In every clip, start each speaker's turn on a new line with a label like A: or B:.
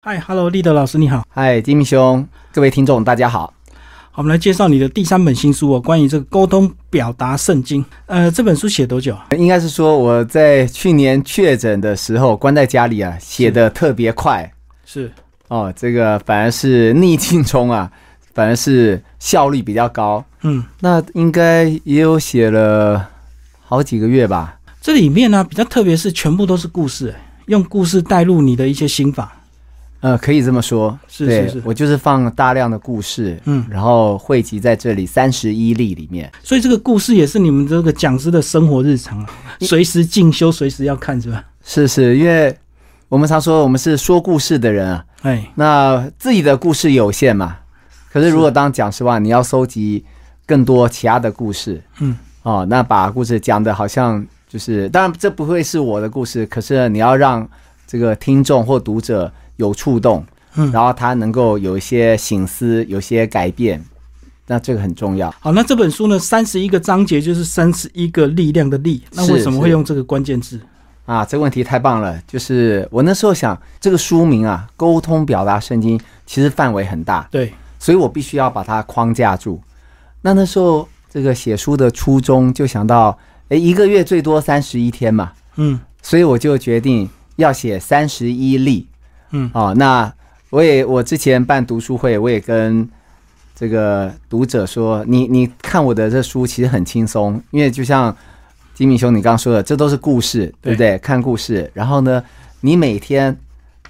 A: 嗨，Hello，立德老师你好，
B: 嗨，金明兄，各位听众大家好。
A: 好我们来介绍你的第三本新书哦，关于这个沟通表达圣经。呃，这本书写多久啊？
B: 应该是说我在去年确诊的时候关在家里啊，写的特别快
A: 是
B: 哦，这个反而是逆境中啊，反而是效率比较高。
A: 嗯，
B: 那应该也有写了好几个月吧？
A: 这里面呢、比较特别是全部都是故事，哎用故事带入你的一些心法。
B: 呃，可以这么说。
A: 是
B: 对
A: 是是
B: 我就是放大量的故事，
A: 嗯
B: 然后汇集在这里三十一例里面。
A: 所以这个故事也是你们这个讲师的生活日常啊，随时进修，随时要看是吧？
B: 是是，因为我们常说我们是说故事的人啊，
A: 哎，
B: 那自己的故事有限嘛，可是如果当讲师的话，你要搜集更多其他的故事，
A: 嗯，
B: 哦，那把故事讲的好像就是，当然这不会是我的故事，可是你要让这个听众或读者有触动，
A: 嗯
B: 然后他能够有一些醒思，有一些改变，那这个很重要。
A: 好，那这本书呢，三十一个章节就是三十一个力量的力，那为
B: 是
A: 什么
B: 是
A: 会用这个关键字？
B: 啊，这个问题太棒了！就是我那时候想，这个书名啊，《沟通表达圣经》，其实范围很大，
A: 对，
B: 所以我必须要把它框架住。那那时候这个写书的初衷就想到，诶，一个月最多三十一天嘛，
A: 嗯
B: 所以我就决定要写三十一例。
A: 嗯，
B: 哦，那我也我之前办读书会，我也跟这个读者说，你你看我的这书其实很轻松，因为就像金明兄你刚刚说的，这都是故事，对不对？看故事，然后呢，你每天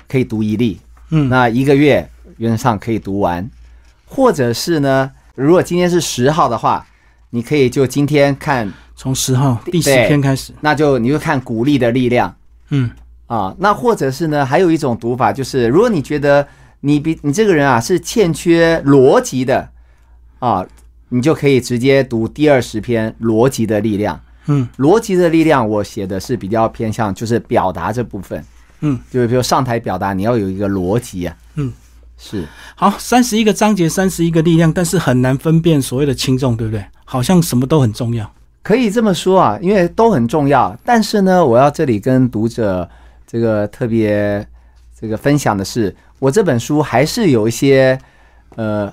B: 可以读一例，
A: 嗯
B: 那一个月原则上可以读完，或者是呢，如果今天是十号的话，你可以就今天看，
A: 从十号第十
B: 对
A: 篇开始，
B: 那就你就看鼓励的力量
A: 嗯
B: 啊。那或者是呢，还有一种读法就是，如果你觉得你比你这个人啊是欠缺逻辑的啊，你就可以直接读第二十篇《逻辑的力量》。
A: 嗯
B: 逻辑的力量，我写的是比较偏向就是表达这部分，
A: 嗯，
B: 就是比如上台表达，你要有一个逻辑啊。
A: 嗯，
B: 是。
A: 好，三十一个章节，三十一个力量，但是很难分辨所谓的轻重，对不对？好像什么都很重要。
B: 可以这么说啊，因为都很重要。但是呢，我要这里跟读者这个特别这个分享的是，我这本书还是有一些呃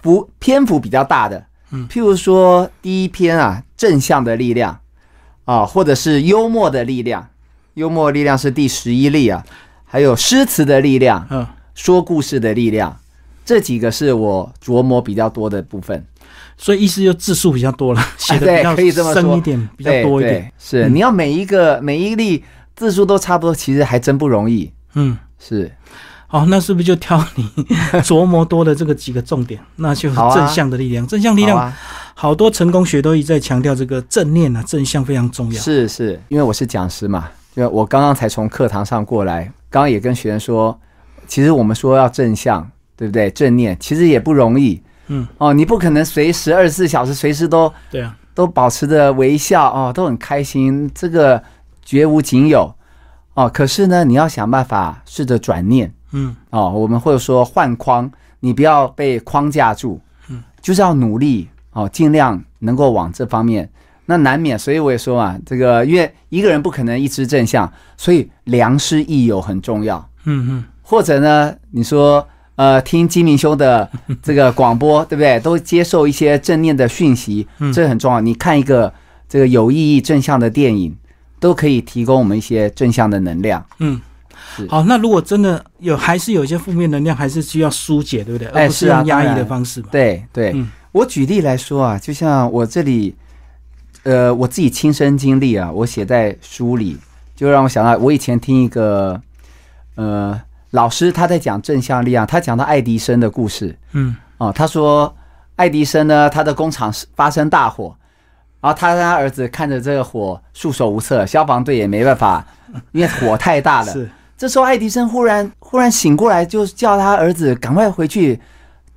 B: 不篇幅比较大的，嗯，譬如说第一篇啊，正向的力量啊，或者是幽默的力量，幽默力量是第十一例啊，还有诗词的力量，
A: 嗯，
B: 说故事的力量，这几个是我琢磨比较多的部分。
A: 所以意思就字数比较多了，写的比
B: 啊对可以这
A: 较
B: 么
A: 深
B: 说
A: 一点，比较
B: 对
A: 多一
B: 对
A: 点。
B: 是、
A: 嗯
B: 你要每一个每一例字数都差不多，其实还真不容易。
A: 嗯，
B: 是
A: 好，那是不是就挑 你琢磨多的这个几个重点？那就是
B: 好啊
A: 正向的力量，正向力量，
B: 好啊、
A: 好多成功学都一再强调这个正念啊，正向非常重要。
B: 是是，因为我是讲师嘛，因为我刚刚才从课堂上过来，刚刚也跟学生说，其实我们说要正向，对不对？正念其实也不容易
A: 嗯，
B: 哦，你不可能随时二十四小时随时都
A: 对啊，
B: 都保持着微笑哦，都很开心，这个绝无仅有哦。可是呢，你要想办法试着转念。
A: 嗯
B: 哦，我们或者说换框，你不要被框架住，嗯，就是要努力哦，尽量能够往这方面。那难免，所以我也说嘛，这个因为一个人不可能一直正向，所以良师益友很重要。
A: 嗯嗯，
B: 或者呢，你说呃，听金明兄的这个广播，对不对？都接受一些正念的讯息，这很重要。你看一个这个有意义正向的电影，都可以提供我们一些正向的能量。是
A: 好，那如果真的有还是有一些负面能量，还是需要疏解，对不对？
B: 哎
A: 而不是
B: 是啊
A: 用压抑
B: 当
A: 的
B: 然
A: 方式嘛。
B: 对对、
A: 嗯
B: 我举例来说啊，就像我这里，呃，我自己亲身经历啊，我写在书里，就让我想到我以前听一个，呃，老师他在讲正向力量，他讲到爱迪生的故事
A: 嗯
B: 哦、他说爱迪生呢，他的工厂是发生大火。然后他跟他儿子看着这个火束手无策，消防队也没办法，因为火太大了。
A: 是，
B: 这时候爱迪生忽然忽然醒过来，就叫他儿子赶快回去，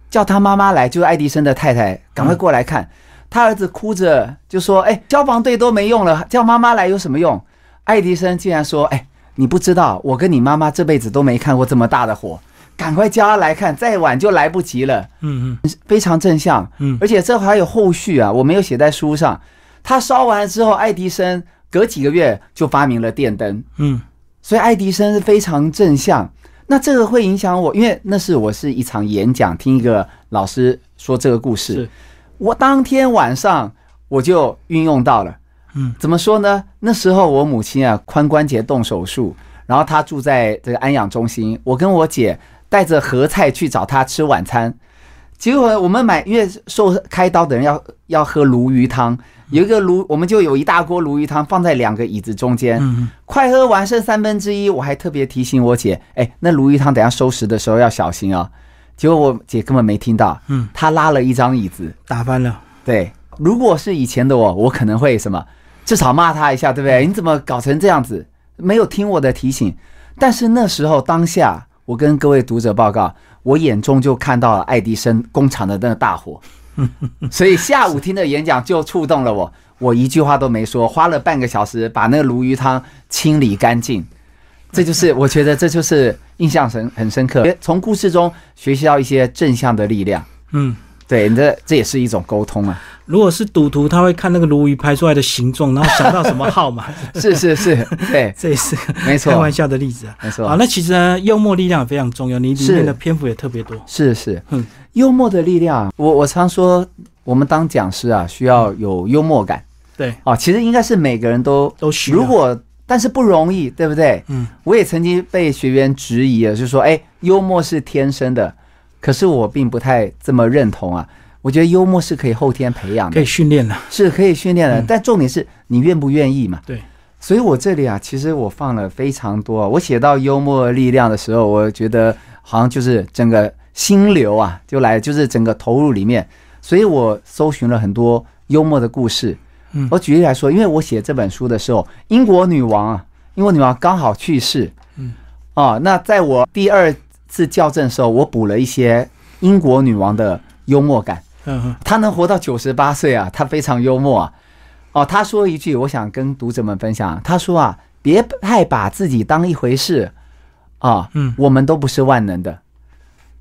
B: 叫他妈妈来，就是爱迪生的太太，赶快过来看。他儿子哭着就说：“哎，消防队都没用了，叫妈妈来有什么用？”爱迪生竟然说：“哎，你不知道，我跟你妈妈这辈子都没看过这么大的火，赶快叫她来看，再晚就来不及了。”
A: 嗯嗯
B: 非常正向，
A: 嗯
B: 而且这还有后续啊，我没有写在书上。他烧完之后，爱迪生隔几个月就发明了电灯，
A: 嗯，
B: 所以爱迪生是非常正向。那这个会影响我，因为那是我是一场演讲，听一个老师说这个故事
A: 是，
B: 我当天晚上我就运用到了。
A: 嗯，
B: 怎么说呢？那时候我母亲啊髋关节动手术，然后她住在这个安养中心，我跟我姐带着盒菜去找她吃晚餐。结果我们买，因为受开刀的人要要喝鲈鱼
A: 嗯
B: 汤，有一个鲈，我们就有一大锅鲈鱼汤放在两个椅子中间，
A: 嗯，
B: 快喝完剩三分之一，我还特别提醒我姐，哎，那鲈鱼汤等一下收拾的时候要小心哦。结果我姐根本没听到，
A: 嗯，
B: 她拉了一张椅子。
A: 打翻了，
B: 对，如果是以前的我，我可能会什么，至少骂她一下，对不对？你怎么搞成这样子？没有听我的提醒。但是那时候当下，我跟各位读者报告，我眼中就看到了爱迪生工厂的那个大火，所以下午听的演讲就触动了我，我一句话都没说，花了半个小时把那个鲈鱼汤清理干净。这就是我觉得这就是印象深很深刻，从故事中学习到一些正向的力量。
A: 嗯。
B: 对，你这这也是一种沟通啊。
A: 如果是赌徒，他会看那个鲈鱼拍出来的形状，然后想到什么号 码，
B: 是是是，对，
A: 这也是
B: 没
A: 开
B: 错
A: 玩，笑的例子啊。
B: 没
A: 好，
B: 错，
A: 那其实呢，幽默力量也非常重要，你里面的篇幅也特别多。
B: 是是
A: 嗯，
B: 幽默的力量。我我常说，我们当讲师啊，需要有幽默感
A: 对，
B: 啊。其实应该是每个人都，
A: 都需要。
B: 如果但是不容易，对不对？
A: 嗯，
B: 我也曾经被学员质疑了，就说，哎，幽默是天生的，可是我并不太这么认同啊。我觉得幽默是可以后天培养
A: 可
B: 的
A: 以，训练了，
B: 是可以训练的，
A: 嗯
B: 但重点是你愿不愿意嘛。
A: 对，
B: 所以我这里啊，其实我放了非常多啊。我写到幽默力量的时候，我觉得好像就是整个心流啊，就来就是整个投入里面。所以我搜寻了很多幽默的故事。
A: 嗯
B: 我举例来说，因为我写这本书的时候，英国女王啊，英国女王刚好去世。
A: 嗯，
B: 哦，那在我第二次校正的时候，我补了一些英国女王的幽默感。
A: 嗯嗯，
B: 他能活到九十八岁啊，他非常幽默啊。哦，他说一句，我想跟读者们分享。他说啊，别太把自己当一回事啊，
A: 嗯
B: 我们都不是万能的。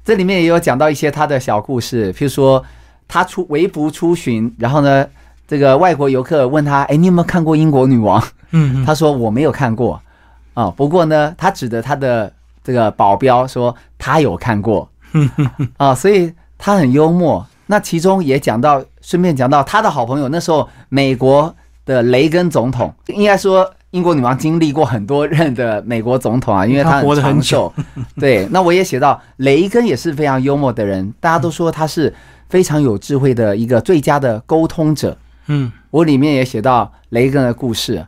B: 这里面也有讲到一些他的小故事，譬如说他出围捕出巡，然后呢，这个外国游客问他，哎，你有没有看过英国女王？
A: 嗯嗯，
B: 他说我没有看过啊，不过呢，他指着他的这个保镖说他有 看过，啊，所以他很幽默。那其中也讲到，顺便讲到他的好朋友，那时候美国的雷根总统，应该说英国女王经历过很多任的美国总统啊，因为
A: 他活
B: 很
A: 得很
B: 长寿。 对，那我也写到，雷根也是非常幽默的人，大家都说他是非常有智慧的一个最佳的沟通者。
A: 嗯
B: 我里面也写到雷根的故事。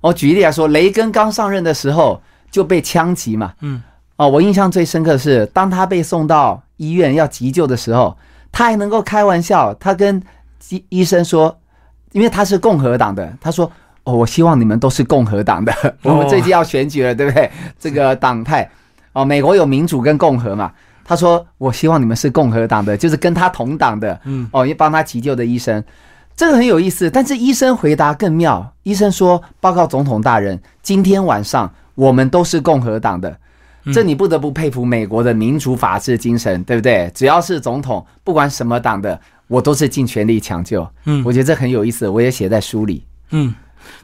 B: 我举例来说，雷根刚上任的时候就被枪击嘛。
A: 嗯，
B: 哦，我印象最深刻的是，当他被送到医院要急救的时候，他还能够开玩笑，他跟医医生说，因为他是共和党的，他说：“哦，我希望你们都是共和党的，
A: 哦
B: 我们最近要选举了，对不对？这个党派，哦，美国有民主跟共和嘛。”他说：“我希望你们是共和党的，就是跟他同党的，
A: 嗯，
B: 哦，因为帮他急救的医生，这个很有意思。但是医生回答更妙，医生说：“报告总统大人，今天晚上我们都是共和党的。”这你不得不佩服美国的民主法治精神，对不对？只要是总统，不管什么党的，我都是尽全力抢救。
A: 嗯
B: 我觉得这很有意思，我也写在书里。
A: 嗯，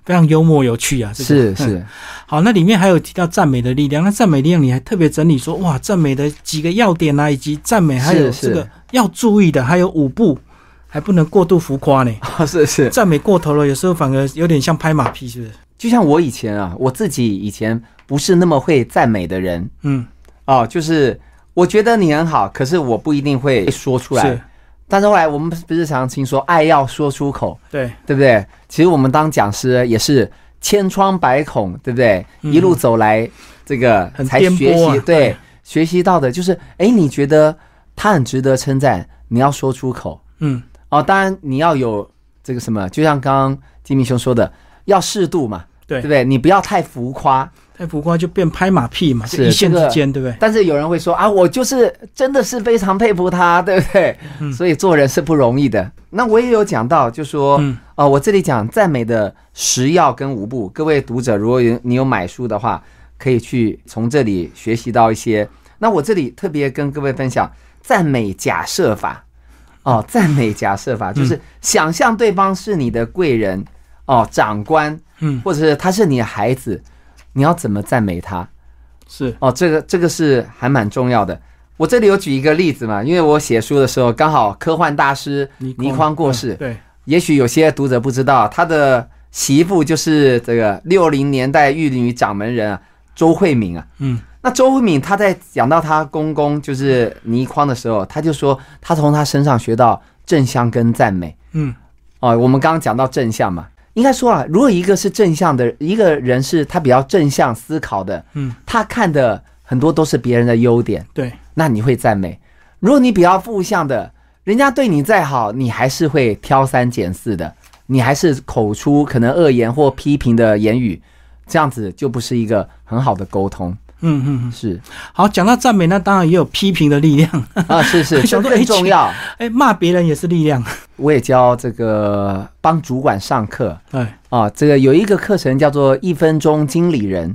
A: 非常幽默有趣啊，这个
B: 是
A: 嗯
B: 是，
A: 好，那里面还有提到赞美的力量，那赞美力量你还特别整理说，哇，赞美的几个要点啊，以及赞美还有
B: 是是
A: 这个要注意的，还有五步，还不能过度浮夸 呢。
B: 是是。
A: 赞美过头了，有时候反而有点像拍马屁，是不是？
B: 就像我以前啊，我自己以前不是那么会赞美的人
A: 嗯，
B: 哦，就是我觉得你很好，可是我不一定会说出来
A: 是。，
B: 但是后来我们不是常听说爱要说出口，
A: 对，
B: 对不对？其实我们当讲师也是千疮百孔，对不对？
A: 嗯
B: 一路走来，这个
A: 很
B: 才
A: 颠簸
B: 学习，
A: 啊
B: 对，学习到的就是，哎，你觉得他很值得称赞，你要说出口
A: 嗯，
B: 哦。当然你要有这个什么，就像刚刚金明兄说的，要适度嘛，
A: 对
B: 对不对？你不要太浮夸。
A: 太浮夸就变拍马屁嘛，就是一线
B: 这
A: 之
B: 个
A: 间，对不对？
B: 但是有人会说啊，我就是真的是非常佩服他，对不对？
A: 嗯
B: 所以做人是不容易的。那我也有讲到，就说。
A: 嗯
B: 哦，我这里讲赞美的十要跟五步，各位读者，如果有你有买书的话，可以去从这里学习到一些。那我这里特别跟各位分享赞美假设法。哦，
A: 嗯
B: 赞美假设法就是想象对方是你的贵人、哦，长官，
A: 嗯，
B: 或者是他是你的孩子，你要怎么赞美他？
A: 是
B: 哦，这个这个是还蛮重要的。我这里有举一个例子嘛，因为我写书的时候刚好科幻大师
A: 倪
B: 倪
A: 匡
B: 匡过世，
A: 嗯对，
B: 也许有些读者不知道，他的媳妇就是这个六零年代玉女掌门人啊，周慧敏啊。
A: 嗯，
B: 那周慧敏她在讲到她公公就是倪匡的时候，她就说她从他身上学到正向跟赞美。
A: 嗯，
B: 哦，我们刚刚讲到正向嘛，应该说啊，如果一个是正向的一个人，是他比较正向思考的，
A: 嗯，
B: 他看的很多都是别人的优点，
A: 对，
B: 那你会赞美；如果你比较负向的，人家对你再好，你还是会挑三拣四的，你还是口出可能恶言或批评的言语，这样子就不是一个很好的沟通。
A: 嗯嗯嗯。
B: 是
A: 好，讲到赞美，那当然也有批评的力量。
B: 啊，是是，这
A: 想说
B: 更
A: 哎
B: 重
A: 奇
B: 要。
A: 哎，骂别人也是力量。
B: 我也教这个帮主管上课，
A: 对，
B: 啊，这个有一个课程叫做“一分钟经理人”，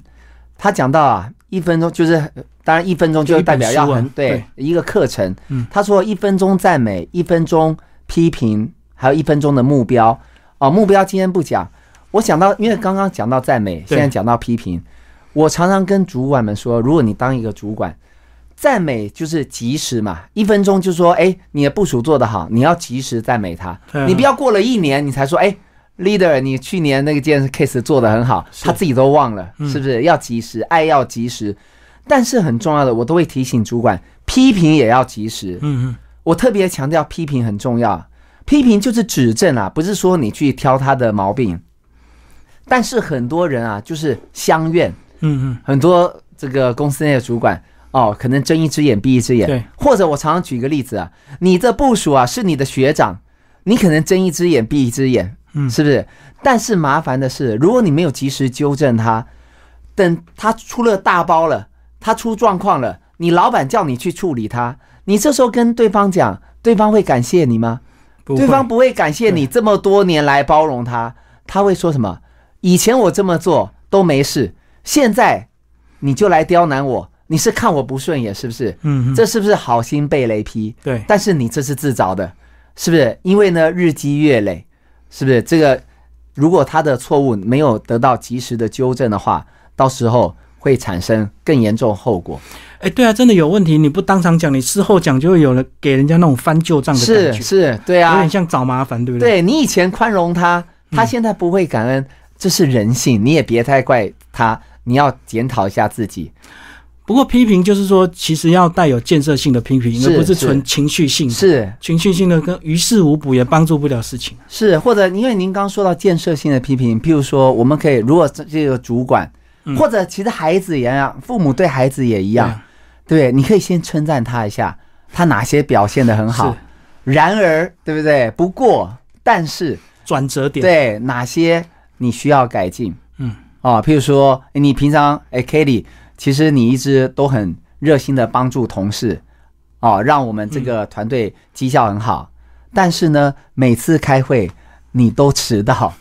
B: 他讲到啊，一分钟就是呃当然一分钟
A: 就
B: 就
A: 一
B: 代
A: 本
B: 表要
A: 书啊
B: 很对
A: 对
B: 一个课程
A: 嗯。
B: 他说一分钟赞美，一分钟批评，还有一分钟的目标。啊，目标今天不讲，我想到因为刚刚讲到赞美，现在讲到批评，我常常跟主管们说，如果你当一个主管。赞美就是及时嘛，一分钟就说，哎，你的部署做得好，你要及时赞美他，
A: 对啊
B: 你不要过了一年你才说，哎，leader，你去年那个件 case 做得很好，
A: 是
B: 他自己都忘了，
A: 嗯
B: 是不是？要及时，爱要及时，但是很重要的，我都会提醒主管，批评也要及时。
A: 嗯嗯，
B: 我特别强调批评很重要，批评就是指正啊，不是说你去挑他的毛病。但是很多人啊，就是相怨，
A: 嗯嗯，
B: 很多这个公司内的主管哦，可能睁一只眼闭一只眼，
A: 对，
B: 或者我常常举一个例子啊，你的部署啊是你的学长，你可能睁一只眼闭一只眼，
A: 嗯
B: 是不是？但是麻烦的是，如果你没有及时纠正他，等他出了大包了，他出状况了，你老板叫你去处理他，你这时候跟对方讲，对方会感谢你吗？
A: 不
B: 对
A: 会
B: 方不会感谢你这么多年来包容他，他会说什么？以前我这么做都没事，现在你就来刁难我，你是看我不顺眼是不是？
A: 嗯嗯，
B: 这是不是好心被雷劈？
A: 对
B: 但是你这是自找的，是不是？因为呢，日积月累，是不是？这个如果他的错误没有得到及时的纠正的话，到时候会产生更严重后果。
A: 哎，对啊，真的有问题，你不当场讲，你事后讲，就会有人给人家那种翻旧账的
B: 是
A: 感觉，
B: 是，对
A: 有
B: 啊
A: 点，像找麻烦，对不对？
B: 对你以前宽容他，他现在不会感恩，这是人性，你也别太怪他，你要检讨一下自己。
A: 不过批评就是说，其实要带有建设性的批评，
B: 是
A: 而不是
B: 是
A: 纯情绪性的。
B: 是
A: 情绪性的跟于事无补也帮助不了事情。
B: 是，或者因为您刚说到建设性的批评，譬如说，我们可以如果这这个主管，
A: 嗯
B: 或者其实孩子也一样，父母对孩子也一
A: 一
B: 样，对，你可以先称赞他一下，他哪些表现的很好。然而，对不对？不过，但是，
A: 转折点。
B: 对哪些你需要改进？
A: 嗯，
B: 哦，譬如说，诶你平常，哎 k a t i e 其实你一直都很热心的帮助同事，哦，让我们这个
A: 嗯
B: 团队绩效很好。但是呢，每次开会你都 迟到，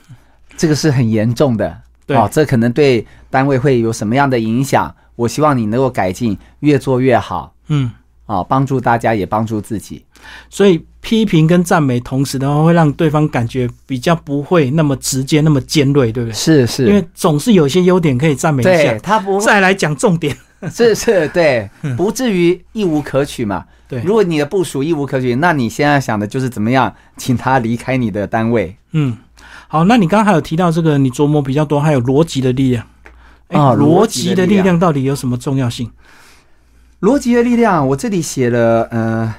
B: 这个是很严重的。
A: 对
B: 哦，这可能对单位会有什么样的影响？我希望你能够改进，越做越好。
A: 嗯，
B: 啊、帮助大家也帮助自己，
A: 所以批评跟赞美同时的话，会让对方感觉比较不会那么直接、那么尖锐，对不对？
B: 是是，
A: 因为总是有一些优点可以赞美一
B: 对
A: 下，
B: 他不会
A: 再来讲重点。
B: 是是，对，不至于一无可取嘛。
A: 对
B: 如果你的部署一无可取，那你现在想的就是怎么样请他离开你的单位
A: 嗯，好，那你刚刚还有提到这个，你琢磨比较多，还有逻辑的力量。哎
B: 啊
A: 逻
B: 逻
A: 辑
B: 辑
A: 的
B: 的力量
A: 力量到底有什么重要性？
B: 逻辑的力量。我这里写了，呃，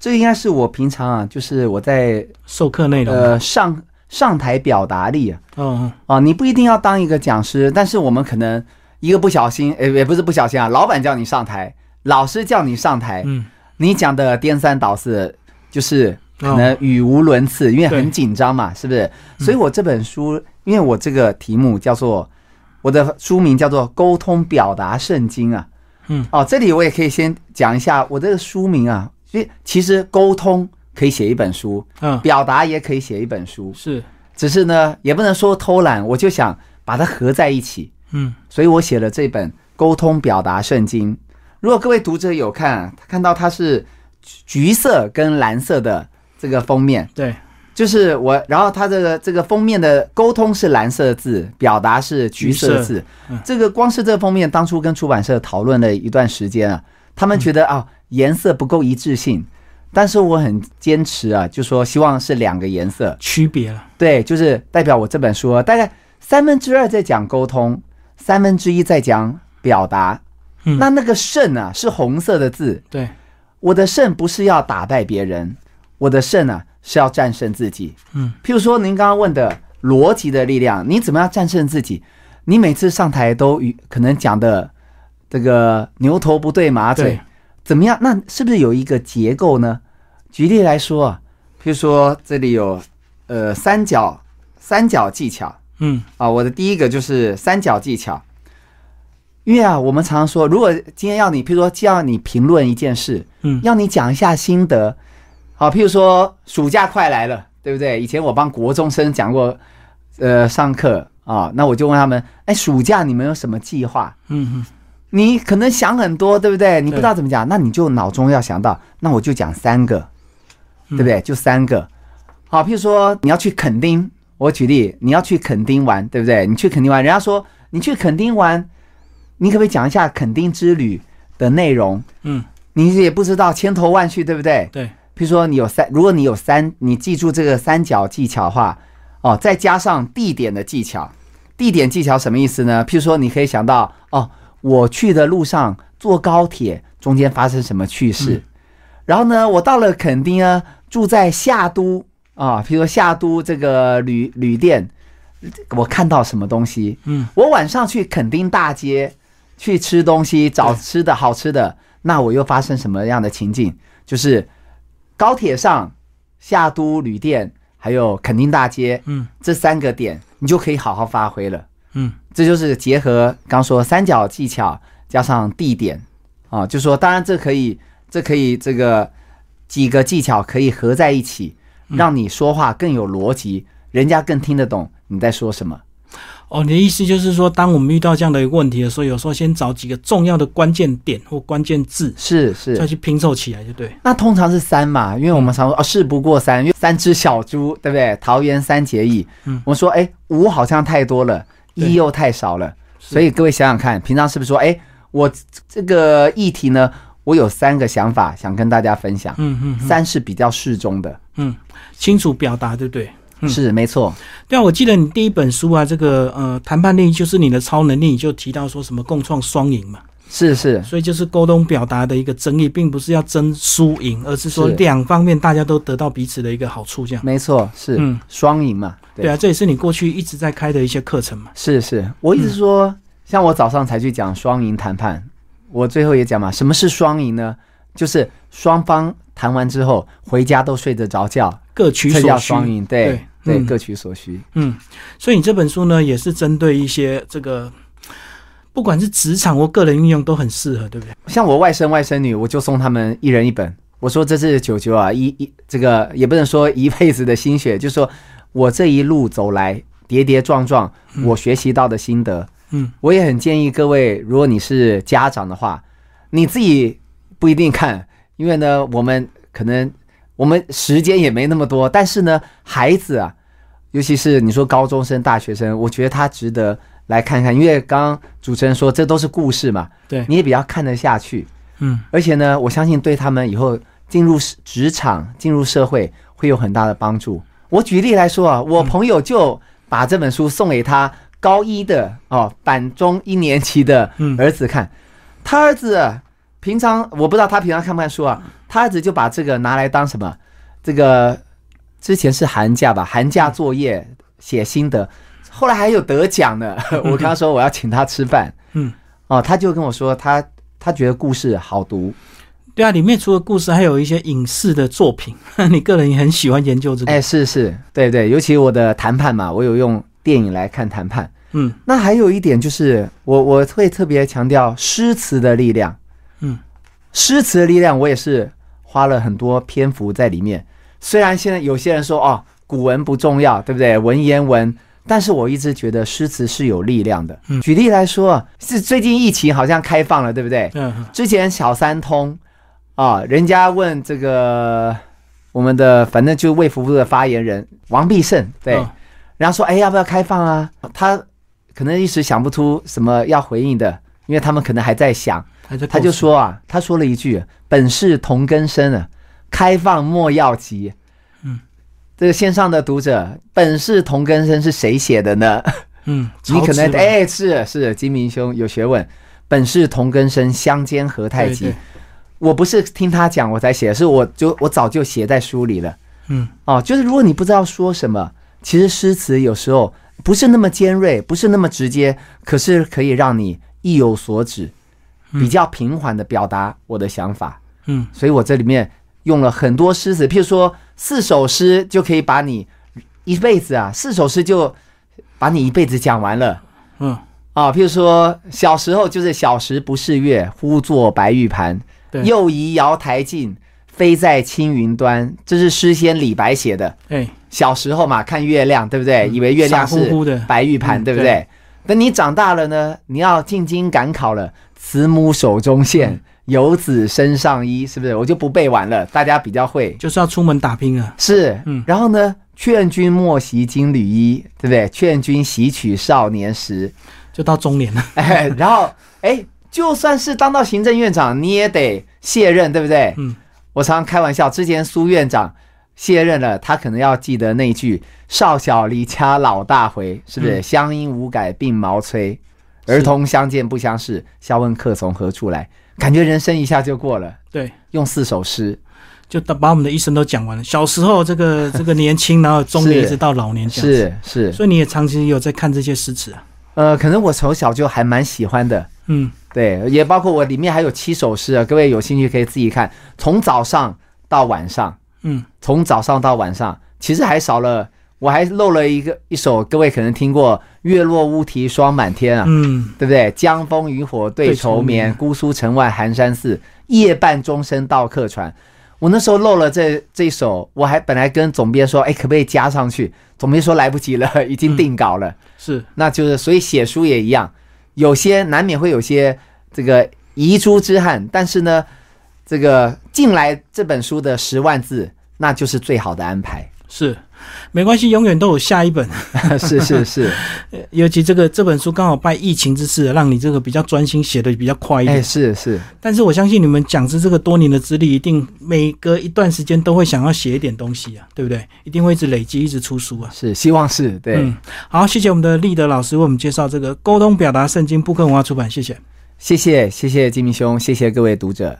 B: 这应该是我平常啊，就是我在
A: 授课内容，
B: 呃上上台表达力啊、
A: 嗯，
B: 啊你不一定要当一个讲师，但是我们可能一个不小心，呃，也不是不小心啊，老板叫你上台，老师叫你上台，
A: 嗯，
B: 你讲的颠三倒四，就是可
A: 哦
B: 能语无伦次，因为
A: 对嗯
B: 很紧张嘛，是不是？所以我这本书，因为我这个题目叫做我的书名叫做《沟通表达圣经》啊，
A: 嗯，
B: 哦，这里我也可以先讲一下我这个书名啊，因为其实沟通可以写一本书，
A: 嗯，
B: 表达也可以写一本书，
A: 是，
B: 只是呢，也不能说偷懒，我就想把它合在一起，
A: 嗯，
B: 所以我写了这本《沟通表达圣经》。如果各位读者有看，看到它是橘橘色跟蓝色的这个封面，
A: 对，
B: 就是我，然后它这个这个封面的沟通是蓝色字，表达是橘色字。
A: 橘嗯
B: 这个光是这封面，当初跟出版社讨论了一段时间啊，他们觉得
A: 嗯
B: 啊、颜色不够一致性，但是我很坚持啊，就说希望是两个颜色，
A: 区别了。
B: 对，就是代表我这本书啊大概三分之二在讲沟通，三分之一在讲表达。
A: 嗯
B: 那那个胜啊是红色的字，
A: 对，
B: 我的胜不是要打败别人，我的胜啊是要战胜自己。
A: 嗯，
B: 譬如说您刚刚问的逻辑的力量，你怎么样战胜自己？你每次上台都与可能讲的这个牛头不对马嘴
A: 对，
B: 怎么样？那是不是有一个结构呢？举例来说啊，譬如说这里有呃三角三角技巧，
A: 嗯，
B: 啊，我的第一个就是三角技巧，因为啊，我们常说，如果今天要你，譬如说叫你评论一件事，
A: 嗯
B: 要你讲一下心得，好、譬如说暑假快来了，对不对？以前我帮国中生讲过，呃，上课啊，那我就问他们，哎，暑假你们有什么计划？
A: 嗯
B: 你可能想很多，对不对？你不知道怎么讲，那你就脑中要想到，那我就讲三个，
A: 嗯
B: 对不对？就三个。好，譬如说你要去垦丁，我举例，你要去垦丁玩，对不对？你去垦丁玩，人家说你去垦丁玩，你可不可以讲一下垦丁之旅的内容？
A: 嗯，
B: 你也不知道千头万绪，对不对？
A: 对，
B: 譬如说你有三，如果你有三，你记住这个三角技巧的话，哦，再加上地点的技巧。地点技巧什么意思呢？譬如说，你可以想到哦，我去的路上坐高铁中间发生什么趣事，然后呢，我到了垦丁呢，住在夏都啊，譬如说夏都这个旅旅店，我看到什么东西，
A: 嗯，
B: 我晚上去垦丁大街去吃东西，找吃的好吃的，那我又发生什么样的情境？就是高铁上、夏都旅店还有垦丁大街，
A: 嗯
B: 这三个点，你就可以好好发挥了。
A: 嗯
B: 这就是结合刚说三角技巧加上地点啊，就说当然这可以，这可以这个几个技巧可以合在一起，
A: 嗯
B: 让你说话更有逻辑，人家更听得懂你在说什么。
A: 哦，你的意思就是说，当我们遇到这样的一个问题的时候，有时候先找几个重要的关键点或关键字，
B: 是
A: 再
B: 是，
A: 去拼凑起来，就对。
B: 那通常是三嘛，因为我们
A: 嗯
B: 常说哦，事不过三，因为三只小猪，对不对？桃园三结义。
A: 嗯
B: 我们说哎，五好像太多了，
A: 对
B: 一又太少了。
A: 是
B: 所以各位想想看，平常是不是说，哎，我这个议题呢，我有三个想法想跟大家分享，
A: 嗯嗯嗯
B: 三是比较适中的，
A: 嗯，清楚表达，对不对？嗯
B: 是没错，
A: 对啊，我记得你第一本书啊，这个呃，谈判力就是你的超能力，你就提到说什么共创双赢嘛，
B: 是是
A: 所以就是沟通表达的一个争议，并不是要争输赢，而是说
B: 是
A: 两方面大家都得到彼此的一个好处，这样。
B: 没错，是、
A: 嗯
B: 双赢嘛，
A: 对啊，这也是你过去一直在开的一些课程嘛。
B: 是是，我一
A: 嗯
B: 直说，像我早上才去讲双赢谈判，我最后也讲嘛，什么是双赢呢？就是双方谈完之后回家都睡得着觉，
A: 各取
B: 这叫
A: 所需。
B: 双赢，对
A: 对
B: 对，
A: 嗯
B: 各取所需，
A: 嗯，所以你这本书呢，也是针对一些这个，不管是职场或个人应用都很适合，对不对？
B: 像我外甥外甥女，我就送他们一人一本。我说这是九九啊，一一这个也不能说一辈子的心血，就是说我这一路走来跌跌撞撞，我学习到的心得。
A: 嗯，
B: 我也很建议各位，如果你是家长的话，你自己不一定看，因为呢，我们可能我们时间也没那么多，但是呢，孩子啊，尤其是你说高中生、大学生，我觉得他值得来看看，因为刚刚主持人说这都是故事嘛，
A: 对，
B: 你也比较看得下去。
A: 嗯
B: 而且呢，我相信对他们以后进入职职场、进入社会会有很大的帮助。我举例来说啊，我朋友就把这本书送给他高一的哦，板中一年级的
A: 嗯
B: 儿子看，他儿子平常我不知道他平常看不看书啊，他儿子就把这个拿来当什么？这个之前是寒假吧，寒假作业写心得，后来还有得奖呢。 我跟他说我要请他吃饭，
A: 嗯，
B: 哦，他就跟我说他他觉得故事好读，
A: 对啊，里面除了故事，还有一些影视的作品， 你个人也很喜欢研究这个。
B: 哎，是是，对对，尤其我的谈判嘛，我有用电影来看谈判。
A: 嗯
B: 那还有一点就是，我我会特别强调诗词的力量。
A: 嗯，
B: 诗词的力量，我也是花了很多篇幅在里面。虽然现在有些人说哦，古文不重要，对不对？文言文，但是我一直觉得诗词是有力量的。
A: 嗯
B: 举例来说，是最近疫情好像开放了，对不对？
A: 嗯
B: 之前小三通啊，人家问这个我们的反正就是卫福部的发言人王必胜，对，
A: 嗯
B: 然后说，哎，要不要开放啊？他可能一时想不出什么要回应的，因为他们可能还在想。
A: 还在
B: 他就说啊，他说了一句：“本是同根生啊，开放莫要急。”
A: 嗯，
B: 这个线上的读者，“本是同根生”是谁写的呢？
A: 嗯，
B: 你可能
A: 得
B: 哎，是是，金明兄有学问，“本是同根生，相煎何太急。我不是听他讲我才写，是我就我早就写在书里了。
A: 嗯
B: 哦，就是如果你不知道说什么，其实诗词有时候不是那么尖锐，不是那么直接，可是可以让你意有所指，比较平缓的表达我的想法。
A: 嗯
B: 所以我这里面用了很多诗词，譬如说四首诗就可以把你一辈子啊，四首诗就把你一辈子讲完了。
A: 嗯，
B: 啊，譬如说小时候就是“小时不识月，呼作白玉盘
A: 对”，
B: 又疑瑶台镜，飞在青云端。这是诗仙李白写的。
A: 哎，
B: 小时候嘛，看月亮，对不对？以为月亮
A: 嗯傻乎
B: 是
A: 乎的
B: 白玉盘，
A: 嗯
B: 对不
A: 对
B: 对？等你长大了呢，你要进京赶考了，“慈母手中
A: 嗯
B: 线，游子身上衣”，是不是？我就不背完了，大家比较会。
A: 就是要出门打拼啊，
B: 是，
A: 嗯
B: 然后呢？劝君莫惜金缕衣，对不对？劝君惜取少年时。
A: 就到中年了。
B: 哎，然后哎，就算是当到行政院长，你也得卸任，对不对？
A: 嗯，
B: 我常常开玩笑，之前苏院长卸任了，他可能要记得那句“少小离家老大回”，是不是？乡音无改鬓毛衰，儿童相见不相识，笑问客从何处来。感觉人生一下就过了，
A: 对，
B: 用四首诗
A: 就到把我们的一生都讲完了。小时候这个这个年轻，然后中年
B: 是
A: 一直到老年这样子。
B: 是是，
A: 所以你也长期有在看这些诗词啊。
B: 呃，可能我从小就还蛮喜欢的，
A: 嗯，
B: 对，也包括我里面还有七首诗啊，各位有兴趣可以自己看，从早上到晚上，
A: 嗯，
B: 从早上到晚上，其实还少了，我还漏了一个一首，各位可能听过“月落乌啼霜满天”啊，
A: 嗯，
B: 对不对？江枫渔火对
A: 对
B: 愁
A: 愁
B: 眠，
A: 眠
B: 姑苏城外寒山寺，夜半钟声到客船。我那时候漏了这这首，我还本来跟总编说，哎，可不可以加上去？总编说来不及了，已经
A: 嗯
B: 定稿了。
A: 是
B: 那就是所以写书也一样，有些难免会有些这个遗珠之憾，但是呢，这个近来这本书的十万字，那就是最好的安排。
A: 是，没关系，永远都有下一本。
B: 是是是，
A: 尤其这个这本书刚好拜疫情之赐，让你这个比较专心，写的比较快一点。
B: 哎是是，
A: 但是我相信你们讲师这个多年的资历，一定每隔一段时间都会想要写一点东西啊，对不对？一定会一直累积，一直出书啊。
B: 是希望是对、
A: 嗯，好，谢谢我们的立德老师为我们介绍这个《沟通表达圣经》布克文化出版，谢谢。
B: 谢谢谢谢金明兄，谢谢各位读者。